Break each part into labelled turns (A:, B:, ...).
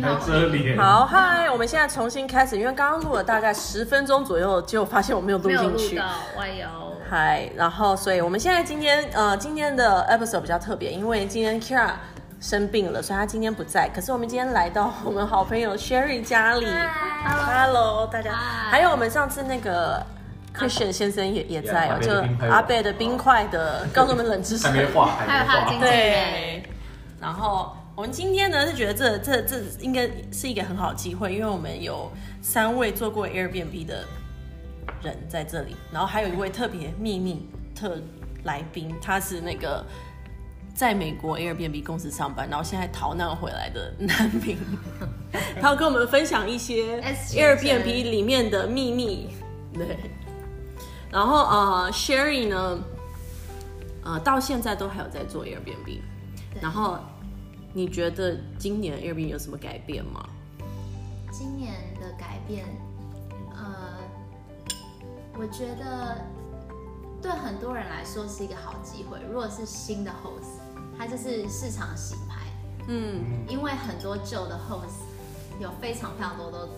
A: 还遮脸。
B: 好，嗨，我们现在重新开始，因为刚刚录了大概十分钟左右，结果发现我没有录
C: 没有
B: 进
C: 录
B: 去。
C: 到外游，
B: 嗨，然后所以我们现在今天呃今天的 episode 比较特别，因为今天 Kira 生病了，所以她今天不在。可是我们今天来到我们好朋友 Sherry 家里嗯
C: 嗨
B: ，Hello 大家，
C: 嗨
B: 还有我们上次那个 Christian 先生也也在哦，
A: Yeah，阿贝的冰块
B: 就阿贝的冰块 的，告诉我们冷知识
A: 还。没画，还
C: 还有
A: 没
C: 他的经
A: 画。
C: 纪
B: 对
C: 人，，
B: 然后我们今天呢是觉得这这这应该是一个很好的机会，因为我们有三位做过 Airbnb 的人在这里，然后还有一位特别秘密特来宾，他是那个。在美国 Airbnb 公司上班，然后现在逃难回来的难民， 他要跟我们分享一些
C: S 先生
B: Airbnb 里面的秘密。对，然后呃，Sherry 呢，呃，到现在都还有在做 Airbnb。然后你觉得今年 Airbnb 有什么改变吗？
C: 今年的改变，呃，我觉得对很多人来说是一个好机会。如果是新的 host，它就是市场洗牌，
B: 嗯，
C: 因为很多旧的 host 有非常非常多都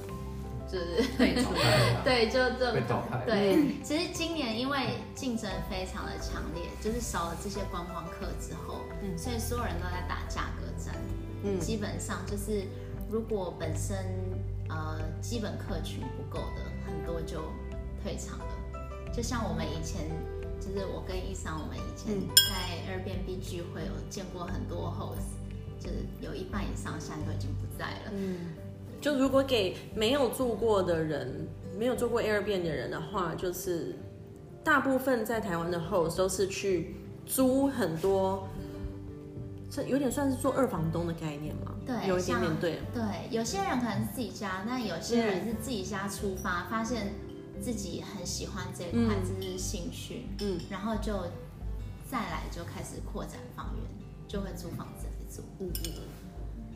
C: 就是
A: 被淘汰了
C: 对，就就
A: 被淘汰了
B: 嗯
C: 对，其实今年因为竞争非常的强烈，就是少了这些观光客之后，
B: 嗯
C: 所以所有人都在打价格战。
B: 嗯
C: 基本上就是如果本身呃基本客群不够的，很多就退场了。就像我们以前，就是我跟伊桑，我们以前
B: 嗯
C: 在 Airbnb 聚会有见过很多 host，就是有一半以上现在都已经不在了。
B: 就如果给没有住过的人，没有做过 Airbnb 的人的话，就是大部分在台湾的 host 都是去租很多，这有点算是做二房东的概念嘛？
C: 对
B: 有一点点
C: 像
B: 对。
C: 对，有些人可能是自己家，那有些人是自己家出发，发现自己很喜欢这一块，
B: 嗯
C: 这是兴趣，
B: 嗯，
C: 然后就再来就开始扩展房源，就会租房子来住。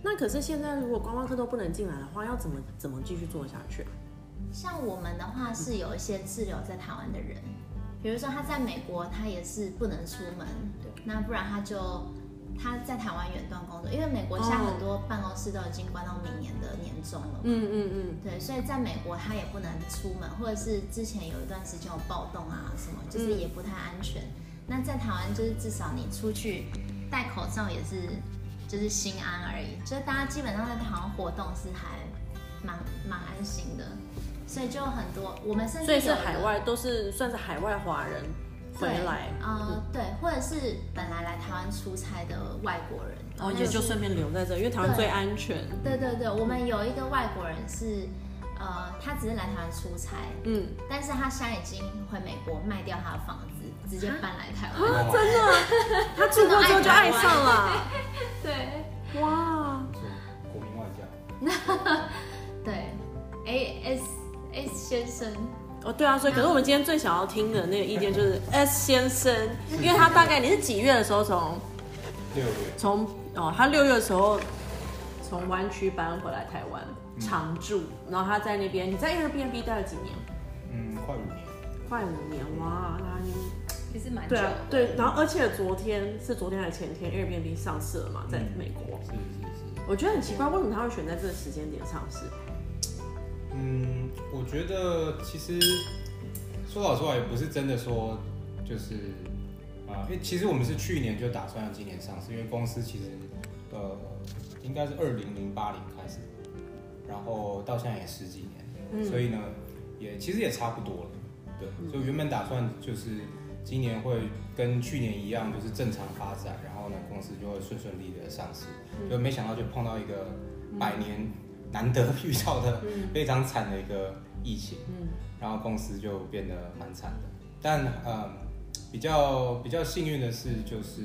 B: 那可是现在如果观光客都不能进来的话，要怎么怎么继续做下去啊？
C: 像我们的话是有一些滞留在台湾的人，比如说他在美国，他也是不能出门，那不然他就他在台湾远端工作，因为美国现在
B: 哦
C: 很多办公室都已经关到明年的年终了。
B: 嗯嗯嗯，
C: 对，所以在美国他也不能出门，或者是之前有一段时间有暴动啊什么，
B: 嗯
C: 就是也不太安全。那在台湾就是至少你出去戴口罩也是就是心安而已，就是大家基本上在台湾活动是还蛮蛮安心的，所以就很多我们甚至
B: 所以是
C: 有的
B: 海外都是算是海外华人回
C: 对
B: 来，嗯
C: 呃对，或者是本来来台湾出差的外国人，
B: 哦，
C: 那
B: 也
C: 个
B: 就是顺便留在这，因为台湾
C: 对
B: 最安全。
C: 对对对，我们有一个外国人是呃他只是来台湾出差，
B: 嗯，
C: 但是他现在已经回美国卖掉他的房子，直接搬来台 湾。
A: 哇
B: 真的啊，他住过之后就爱上了。
C: 对
B: 哇，
A: 国民外交，
C: 对，A S S 先生，
B: 哦对啊，所以可是我们今天最想要听的那个意见就是 S 先生，因为他大概你是几月的时候从
A: 六月
B: 从哦他六月的时候从湾区搬回来台湾常住，然后他在那边你在 Airbnb 待了几年？
A: 嗯，快五年，
B: 快五年哇，那你
C: 也是蛮
B: 对啊对，然后而且昨天是昨天还是前天 Airbnb 上市了嘛，在美国，
A: 是是是。
B: 我觉得很奇怪，为什么他会选在这个时间点上市？
A: 嗯，我觉得其实说老实话，也不是真的说就是啊、因为其实我们是去年就打算要今年上市，因为公司其实呃应该是二零零八年开始，然后到现在也十几年，
C: 嗯
A: 所以呢也其实也差不多了，对，
B: 嗯
A: 所以原本打算就是今年会跟去年一样，就是正常发展，然后呢公司就会顺顺利利的上市，
B: 嗯
A: 就没想到就碰到一个百年难得 遇到的非常惨的一个疫情，
B: 嗯
A: 然后公司就变得蛮惨的。但呃，比较比较幸运的是，就是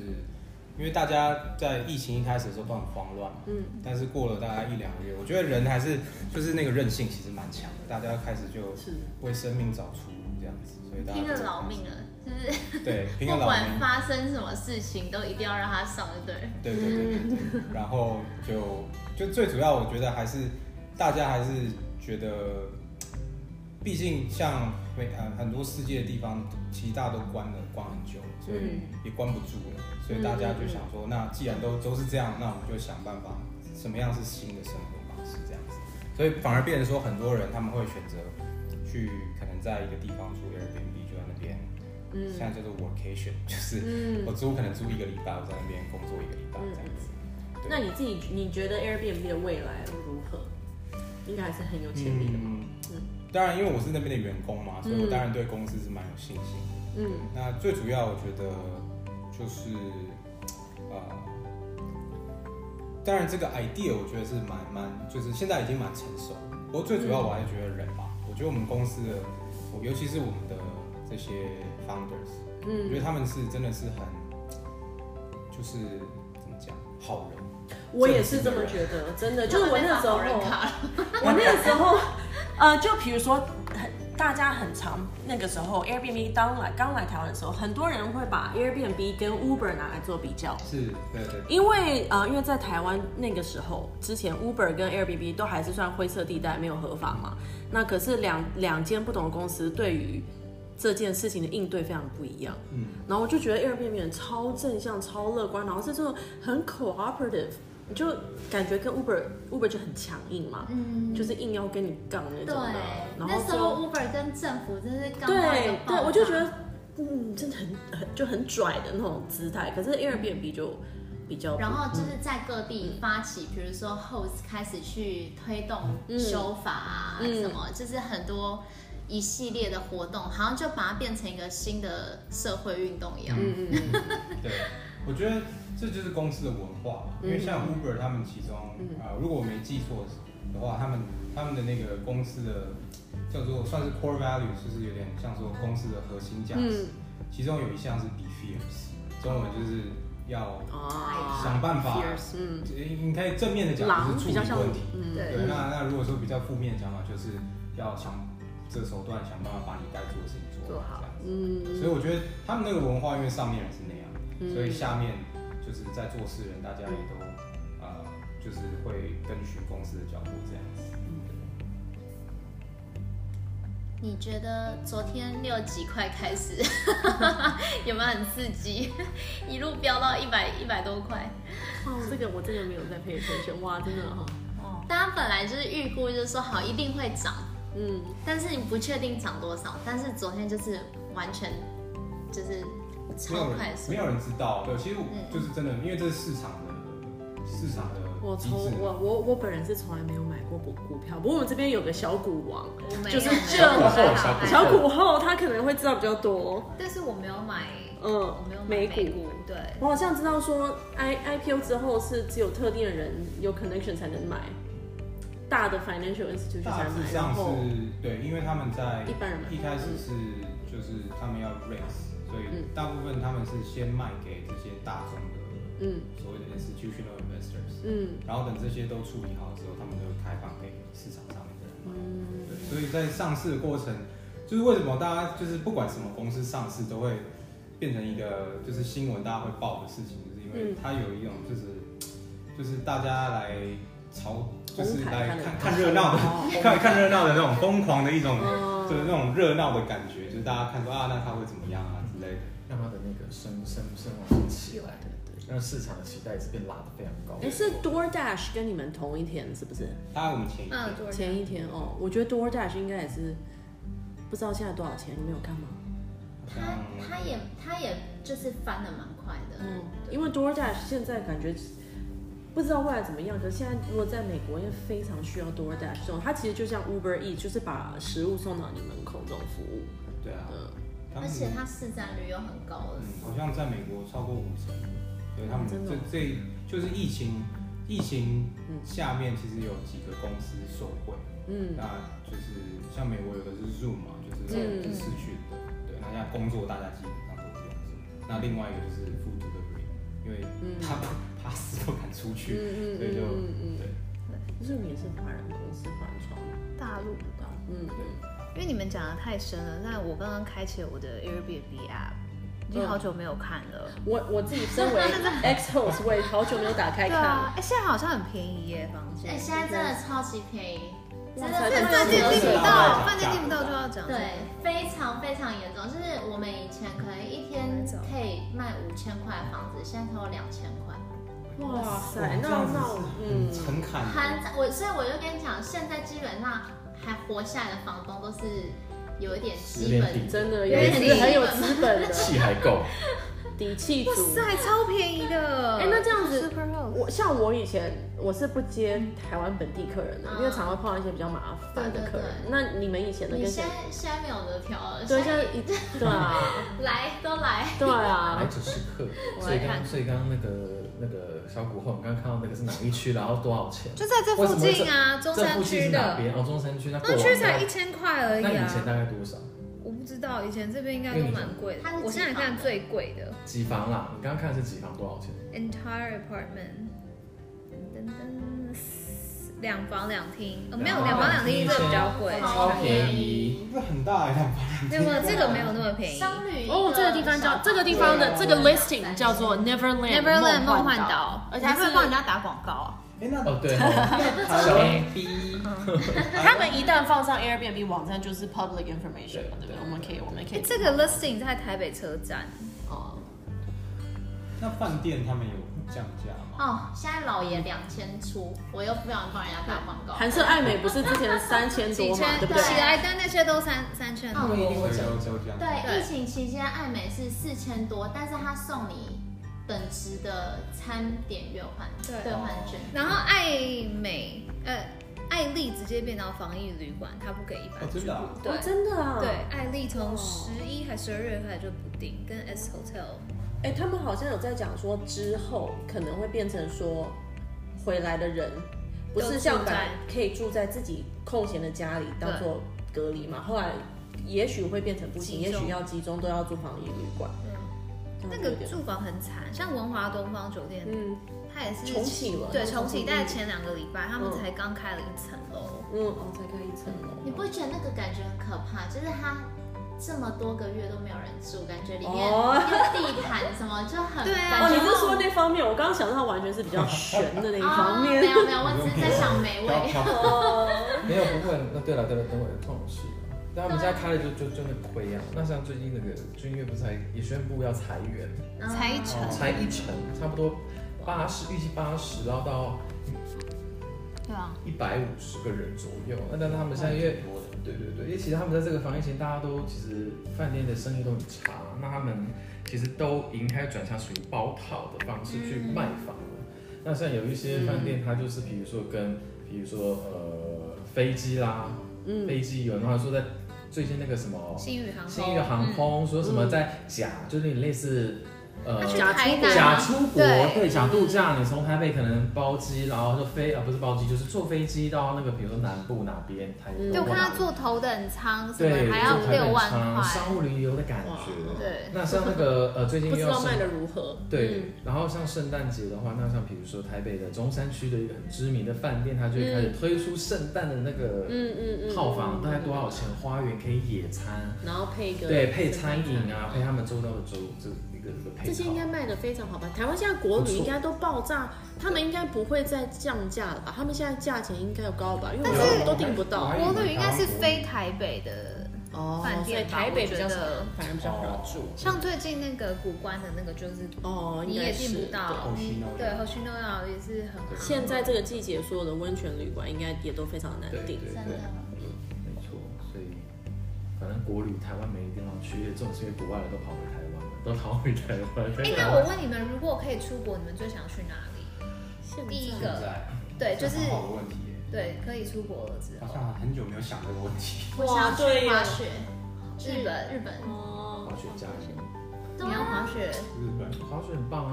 A: 因为大家在疫情一开始的时候都很慌乱，
B: 嗯，
A: 但是过了大概一两个月，我觉得人还是就是那个韧性其实蛮强的，大家开始就是为生命找出路这样子，所以大家
C: 拼了
A: 就
C: 老命了，就是
A: 对拼
C: 不
A: 了老命
C: 管，发生什么事情都一定要让他上，就对了。
A: 对对对对对，然后就就最主要，我觉得还是大家还是觉得，毕竟像美呃很多世界的地方，其实大家都关了，关很久，所以也关不住了，所以大家就想说，那既然都都是这样，那我们就想办法，什么样是新的生活嘛？是这样子，所以反而变成说很多人他们会选择去可能在一个地方住 Airbnb 就在那边，
B: 嗯
A: 现在叫做 workation，就是
B: 嗯
A: 我租可能租一个礼拜，我在那边工作一个礼拜这样子。对
B: 那你自己你觉得 Airbnb 的未来如何？应该还是很有潜力的嘛。嗯
A: 当然，因为我是那边的员工嘛，所以我
B: 嗯
A: 当然对公司是蛮有信心的。
B: 嗯
A: 那最主要，我觉得就是，呃，当然这个 idea 我觉得是蛮蛮，就是现在已经蛮成熟。不过最主要我还是觉得人嘛，我觉得我们公司的，我尤其是我们的这些 founders，我觉
B: 嗯，
A: 得他们是真的是很，就是怎么讲，好人。
B: 我也是这么觉得，真的。
C: 对
B: 就是我那时候，
C: 人卡了，
B: 我那个时候，呃，就比如说，很大家很常那个时候 Airbnb 刚来刚来台湾的时候，很多人会把 Airbnb 跟 Uber 拿来做比较。
A: 是，对对
B: 因为呃，因为在台湾那个时候之前，Uber 跟 Airbnb 都还是算灰色地带，没有合法嘛。那可是两两间不同的公司对于这件事情的应对非常不一样。
A: 嗯，
B: 然后我就觉得 Airbnb 人超正向、超乐观，然后是这种很 cooperative，你就感觉跟 Uber Uber 就很强硬嘛，
C: 嗯，
B: 就是硬要跟你杠那
C: 对
B: 种的。然。后
C: 那时候 Uber 跟政府真是
B: 就
C: 刚到一个
B: 对
C: 爆
B: 对，
C: 炸
B: 我就觉得嗯，真的很很就很拽的那种姿态。可是 Airbnb 就比较不
C: 然后就是在各地发起，比如说 host 开始去推动
B: 嗯
C: 修法啊，
B: 嗯
C: 什么，就是很多一系列的活动，好像就把它变成一个新的社会运动一样。
B: 嗯嗯嗯。
A: 对，我觉得这就是公司的文化嘛，
B: 嗯
A: 因为像 Uber 他们其中，呃，如果我没记错的话，他们他们的那个公司的叫做算是 core value，就是有点像说公司的核心
B: 嗯
A: 价值，其中有一项是 be fierce，中文就是要
B: 哦
A: 想办法
B: fierce，嗯，
A: 应该正面的讲
B: 狼
A: 就是
B: 比
A: 处
B: 较
A: 理
B: 像
A: 问题，，
B: 嗯，
C: 对
A: 对，那那如果说比较负面的讲法，就是要想这手段想办法把你该做的事情
B: 做
A: 做好
B: 好
A: 这样子，
B: 嗯，
A: 所以我觉得他们那个文化，因为上面人是那样，
B: 嗯
A: 所以下面就是在做事人，大家也都呃，就是会跟循公司的脚步这样子。
C: 你觉得昨天六级快开 始，有没有很刺激？ 一路飙到一百一百多块。
B: 哦，这个我真的没有在配 attention，哇，真的哈，
C: 大家本来就是预估，就是说好一定会涨，
B: 嗯，
C: 但是你不确定涨多少。但是昨天就是完全就是
A: 没
C: 超
A: 有人
C: 快速
A: 没，有人知道，对，其实我
C: 嗯
A: 就是真的，因为这是市场的市场
B: 我
A: 的机
B: 从
A: 制。
B: 我我我本人是从来没有买过股股票，不过我们这边有个小股王，
C: 我没有
B: 就是
C: 没有
B: 这
A: 好
B: 么
A: 小
C: 哎
A: 股
B: 小股后他可能会知道比较多，
C: 但是我没有买，
B: 嗯
C: 我没有，买
B: 美
C: 美
B: 股。
C: 对，
B: 我好像知道说 I IPO 之后是只有特定的人有 connection 才能买，大的 financial institution
A: 大
B: 才能
A: 致
B: 买，然
A: 上是
B: 后
A: 对，因为他们在
B: 一般人买嗯
A: 一开始是就是他们要 raise，所以大部分他们是先卖给这些大众的
B: 嗯
A: 所谓的 institutional investors，
B: 嗯
A: 然后等这些都处理好之后，他们就会开放给市场上面的人买。
B: 嗯
A: 对，所以在上市的过程，就是为什么大家就是不管什么公司上市都会变成一个就是新闻大家会报的事情，就是因为
B: 嗯
A: 它有一种就是就是大家来炒，就是
B: 红毯
A: 来
B: 看
A: 看
B: 热
A: 看热闹的 嗯
B: 哦，
A: 看看热闹的那种疯狂的一种，
B: 哦
A: 就是那种热闹的感觉，就是大家看说啊，那他会怎么样啊之类的。
D: 让它的那个声声声望是起来的，让市场的期待是被拉得非常高。
B: 哎，是 DoorDash 跟你们同一天是不是？
A: 大概我们前一
C: 嗯，
A: 天
C: 对
B: 前一天哦，我觉得 DoorDash 应该也是，不知道现在多少钱，你们有看吗？
A: 好
C: 他
A: 像
C: 他也他也就是翻的蛮快的，
B: 嗯，因为 DoorDash 现在感觉不知道未来怎么样，可是现在如果在美国，因为非常需要 DoorDash 这种，它其实就像 Uber E，就是把食物送到你门口这种服务。
A: 对啊，
B: 嗯，
A: 他
C: 而
A: 们
C: 且它市占率又很高了
A: 嗯，，好像在美国超过五成，对他们
B: 真的哦
A: 这这就是疫情疫情下面其实有几个公司受惠，
B: 嗯
A: 那就是像美国有个是 Zoom 嘛，就是
B: 嗯
A: 就是视讯的，对，那现在工作大家基本上都这样子。那另外一个就是 Food Delivery，因为
B: 嗯
A: 他他死都不敢出
B: 嗯
A: 去，
B: 嗯
A: 所以就
B: 嗯嗯
A: 对
B: 嗯，日本也是华人公司，华人创的。
E: 大陆的，
B: 嗯
E: 因为你们讲的太深了。那我刚刚开启了我的 Airbnb app，
D: 嗯
E: 已经好久没有看了。
B: 我我自己 身为 ex host，我也好久没有打开
E: 对
B: 看
E: 啊
B: 了。，
E: 哎，现在好像很便宜耶，房间。
C: 哎，现在真的超级便宜，
B: 哇
C: 真
B: 才
C: 的
E: 这
C: 是
B: 多
E: 饭店订不到，饭店订不到就要讲。
C: 对，非常非常严重，就是我们以前可能一天可以卖五千块的房子，现在超过两千块，
E: 啊
B: 哇，塞，那
A: 这样子
B: 那我嗯，
A: 是很很砍的。
C: 很早我，所以我就跟你讲，现在基本上还活下来的房东都是有一点基
D: 有点
C: 本
D: 底
B: 真的
E: 有
B: 有
E: 点
B: 是很有资本的
D: 气还够，
B: 底气
E: 哇
B: 足。
E: 塞，超便宜的！
B: 哎那这样子
E: Super 嗯 House
B: 我像我以前我是不接台湾本地客人的，
E: 啊
C: 嗯
B: 因为常会碰到一些比较麻烦的客人。
C: 对对
B: 那你们以前的
C: 你
B: 跟谁
C: 现？在现在没有得挑了，
B: 对，
C: 现
B: 像
C: 在
B: 一对啊，
C: 来都来，
B: 对
D: 来
B: 啊，
D: 者是客。
E: 我
D: 所以
E: 来
D: 刚
E: 看
D: 刚所以刚刚那个那个小古后，你刚刚看到那个是哪一区，然后多少钱？
E: 就在这附近啊，中
D: 这
E: 山
D: 附近
E: 区
D: 是哪
E: 的，
D: 边？哦，中山区那过
E: 那
D: 完
E: 区才
D: 之
E: 一
D: 后
E: 千块而
D: 那
E: 已
D: 以前
E: 啊。
D: 大概多少？
E: 我不知道，以前这边应该都蛮贵的
C: 那你。
E: 我现在看最贵的
D: 几房啦？你刚刚看的是几房多少钱？
E: entire apartment，噔噔噔，两房两厅，呃，没有
D: 两
E: 两
D: 房
E: 房两厅
D: 两厅
E: 这个比较贵，
D: 超便宜。
A: 这很大哎，两百
E: 没有没有这个没有那么便宜。
C: 商旅一
B: 哦，这个地方叫这个地方的这个 listing 叫做 Neverland
E: Neverland
B: 梦
E: 梦幻
B: 岛
E: 岛，，
B: 而且
E: 还
B: 是
E: 会帮人家打广告啊。
A: 哎，那
D: 哦，对哦，
A: 台湾 B
B: 他们一旦放上 Airbnb 网站就是 public information 嘛，对不对？
D: 对
B: 我们可以，我们可
E: 哎
B: 以，
E: 这个 listing 在台北车站，
B: 哦，
A: 那饭店他们有降价吗？
C: 哦，现在老爷两千出，我又不想帮人家打广告。
B: 韩式爱美不是之前三千
E: 几
B: 多嘛
E: 千，
B: 对不
E: 起
B: 对？
E: 来但那些都三三千
A: 他
E: 多
A: 们一定
E: 我
A: 会
E: 记得
A: 有有降价。
C: 对，
E: 对
C: 疫情期间爱美是四千多，但是他送你等值的餐点兑换
E: 对
C: 兑换券。
E: 然后爱美，呃，爱丽直接变到防疫旅馆，它不给一般
A: 哦，
E: 住
A: 真的
E: 户。
A: 啊。
E: 对
B: 哦，真的啊，
E: 对，爱丽从
B: 哦
E: 十一还十二月开始就不定，跟 S Hotel
B: 哎、他们好像有在讲说之后可能会变成说，回来的人不是
E: 都
B: 像
E: 住在
B: 本来可以住在自己空闲的家里当做隔离嘛，后来也许会变成不行，
E: 集
B: 也
E: 中
B: 许要集中都嗯要住防疫旅馆，啊这样
E: 那
B: 就
E: 个
B: 有点
E: 住房很惨，像文华东方酒店，
B: 嗯
E: 它也是
B: 重启了，
E: 对
B: 那
E: 重启，
B: 嗯
E: 但前两个礼拜他们
B: 嗯
E: 才刚开了一层楼，
B: 嗯哦才盖一层
C: 你
B: 楼，
C: 不觉得那个感觉很可怕？就是他这么多个月都没有人住，感觉里面
B: 哦
C: 有地毯什么就很
E: 对啊
C: 感
B: 哦
C: 觉
B: 你是说那方面，我刚刚想到完全是比较悬的那一
C: 啊
B: 方
C: 没
B: 面，
C: 有没有，我只是在想美 味。
B: 哦，
D: 没有不会，那对了对了，等我痛是的。但他们家开了就就就那个亏啊。那像最近那个君悦不是还也宣布要裁员，
C: 嗯
E: 才一层
D: 裁
A: 哦
D: 一成，差不多八十，预计八十，然后到
E: 对啊，
D: 一百五十个人左右。那但是他们现在因为
A: 多的，
D: 对对对，因为其实他们在这个防疫前，大家都其实饭店的生意都很差，那他们其实都已经开始转向属于包套的方式去
E: 嗯
D: 卖房了。那像有一些饭店，它就是比如说跟，比如说呃飞机啦，
B: 嗯
D: 飞机有，然后说在最近那个什么
E: 新宇航空，嗯
D: 新宇航空说什么在假，就是有点类似呃
E: 啊他去
B: 假
E: 台
B: 出
D: 假
E: 南，
D: 出国，
E: 对
D: 对，假度假，你从台北可能包机，然后就飞啊，不是包机，就是坐飞机到那个，比如说南部哪边，台
B: 嗯
D: 东
E: 对我看
D: 哪
E: 他
D: 里
E: 坐头等舱什
D: 对，
E: 么还要
D: 就台北
E: 六万
D: 长
E: 块，
D: 商务旅游的感
B: 哇
D: 觉。
E: 对，
D: 那像那个呃，最近
B: 不
D: 又
B: 知
D: 要
B: 道卖
D: 圣
B: 的如何，
D: 对
B: 嗯，
D: 然后像圣诞节的话，那像比如说台北的中山区的一个很知名的饭店，它就会开
E: 嗯
D: 始推出圣诞的那个
B: 嗯嗯嗯，
D: 套房，大概多少钱？花园可以野餐，
B: 然后配一个
D: 对，配餐饮啊，配他们周到的周这一个一个配
B: 这些应该
D: 套。
B: 卖的非常好吧？台湾现在国
D: 不
B: 旅应
D: 错
B: 该都爆炸，他们应该不会再降价了吧？他们现在价钱应该有高吧？因为
E: 但
B: 我
E: 是
B: 都订不到
D: 还有
E: 国旅应该是
D: 台湾国旅
E: 飞台北的，
B: 哦所
E: 饭
B: 以
E: 店吧
B: 台北比较
E: 我觉
B: 少
E: 得，
B: 反而比较
D: 哦
B: 好住。
E: 像最近那个古关的那个就是
B: 哦，
E: 你
B: 应该
E: 也
B: 是
E: 订不
A: 对
E: 到嗯
A: 后续呢
E: 对，后续诺要也是很好。
B: 对现在这个季节，所有的温泉旅馆应该也都非常难
D: 对对
B: 订。
D: 对
C: 真，的
D: 没错，所以。反正国旅台湾没地方去，因为这种是因为国外人都跑回台湾了，都逃回台湾。
E: 哎、那我问你们，如果可以出国，你们最想去哪里？
B: 现在
E: 第一
A: 现
E: 个
A: 在
E: 对，就是
A: 哦这很好的问题耶，
E: 对，可以出国了之
A: 好
E: 后，
A: 像很久没有想这个问题。
C: 我想要去
B: 对耶
C: 滑雪，
E: 日本
C: 日本，
B: 哦
D: 滑雪加油！
C: 对
E: 你要
C: 啊
E: 滑雪，
A: 日本
D: 滑雪很棒啊！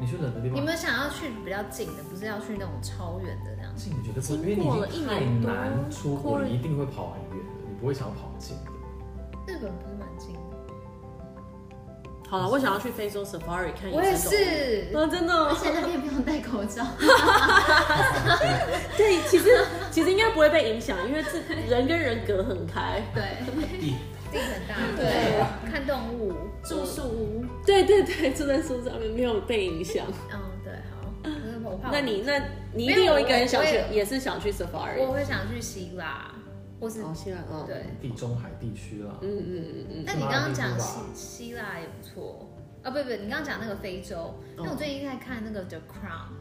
D: 你去冷的地方，
E: 你们想要去比较近的，不是要去那种超远的这样。
D: 近你绝对不会，
B: 经过
D: 因为你
B: 了
D: 已
B: 一
D: 经太
B: 年多
D: 难出国，
B: 过了
D: 你一定会跑很远的，你不会想要跑近的。
E: 日本不是蛮近的，
B: 好了，我想要去非洲 safari 看。
E: 我也。是。
B: 啊，真的哦
C: 而，且那边不用戴口 罩。
B: 对，其实其实应该不会被影响，因为这人跟人隔很开。
E: 对，
A: 地
E: 地很大，
B: 对，
E: 看动物，
C: 住宿屋，
B: 对对对，住在树上面没有被影响。
E: 嗯，对，好，可是我怕我
B: 那你那你一
E: 没
B: 定
E: 有
B: 有一个人想去
E: 我，也
B: 也是想去 safari。
E: 我会想去希腊，或是
B: 好，希腊啊，
E: 对，
D: 地中海地区啦，
B: 嗯嗯嗯嗯，
E: 那你刚刚讲
D: 嗯马尔代
E: 希
D: 夫吧
E: 希腊也不错，啊，不不，你刚刚讲那个非洲，那我
B: 哦
E: 最近在看那个 The Crown，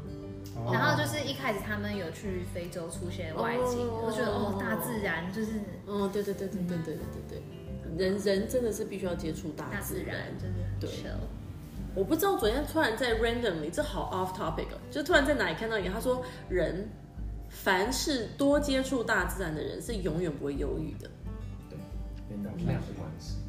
A: 哦
E: 然后就是一开始他们有去非洲出现外景，
B: 哦
E: 我觉得哦，大自然就是
B: 哦，对对对对对对对对，人人真的是必须要接触大
E: 大
B: 自
E: 自
B: 然
E: 然。真的很
B: 对
E: chill。
B: 我不知道昨天突然在 randomly，这好 off topic 哦，就突然在哪里看到一个，他说人凡是多接触大自然的人是永远不会忧郁的。
D: 跟能量的关系。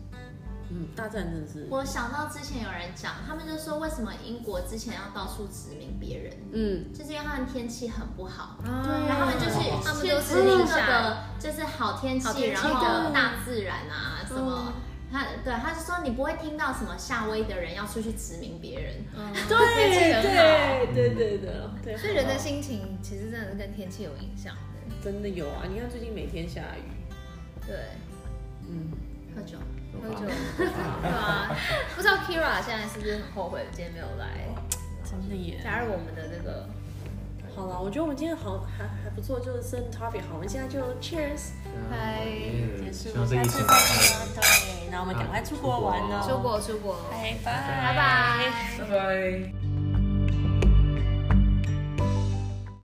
B: 嗯，大自然真的是，
C: 我想到之前有人讲，他们就说为什么英国之前要到处殖民别人，
B: 嗯，
C: 就是因为他们天气很不好，
E: 对
C: 然后他们就
D: 嗯
E: 哦他
C: 是
E: 们
C: 去
E: 都
C: 殖
E: 是
C: 民
E: 宁
C: 各
E: 夏，
C: 个就是好天
E: 好
C: 气，
E: 天
C: 然
E: 气
C: 后
E: 的
C: 大自然啊什么。他对他就说你不会听到什么夏威夷的人要出去殖民别人，
E: 对对
B: 对对对的，对，
E: 所以人的心情其实真的是跟天气有影响的。
B: 真的有啊！你看最近每天下雨，
E: 对，
B: 嗯，
C: 喝酒。
E: 喝酒， 对啊，不知道 Kira 现在是不是很后悔今天没有来
B: 真的耶。
E: 加入我们的这个？
B: 好了，我觉得我们今天好还还不错，就是生 topic 好，我们现在就 cheers
E: 嗨
D: 嗯
B: 结束
D: 希，望这
B: 下
D: 疫
B: 次
D: 情
B: 再
D: 赶快
B: 见。对，那我们赶快出国玩哦，
E: 出国出国，
B: 拜拜，
E: 拜拜。
D: 拜拜。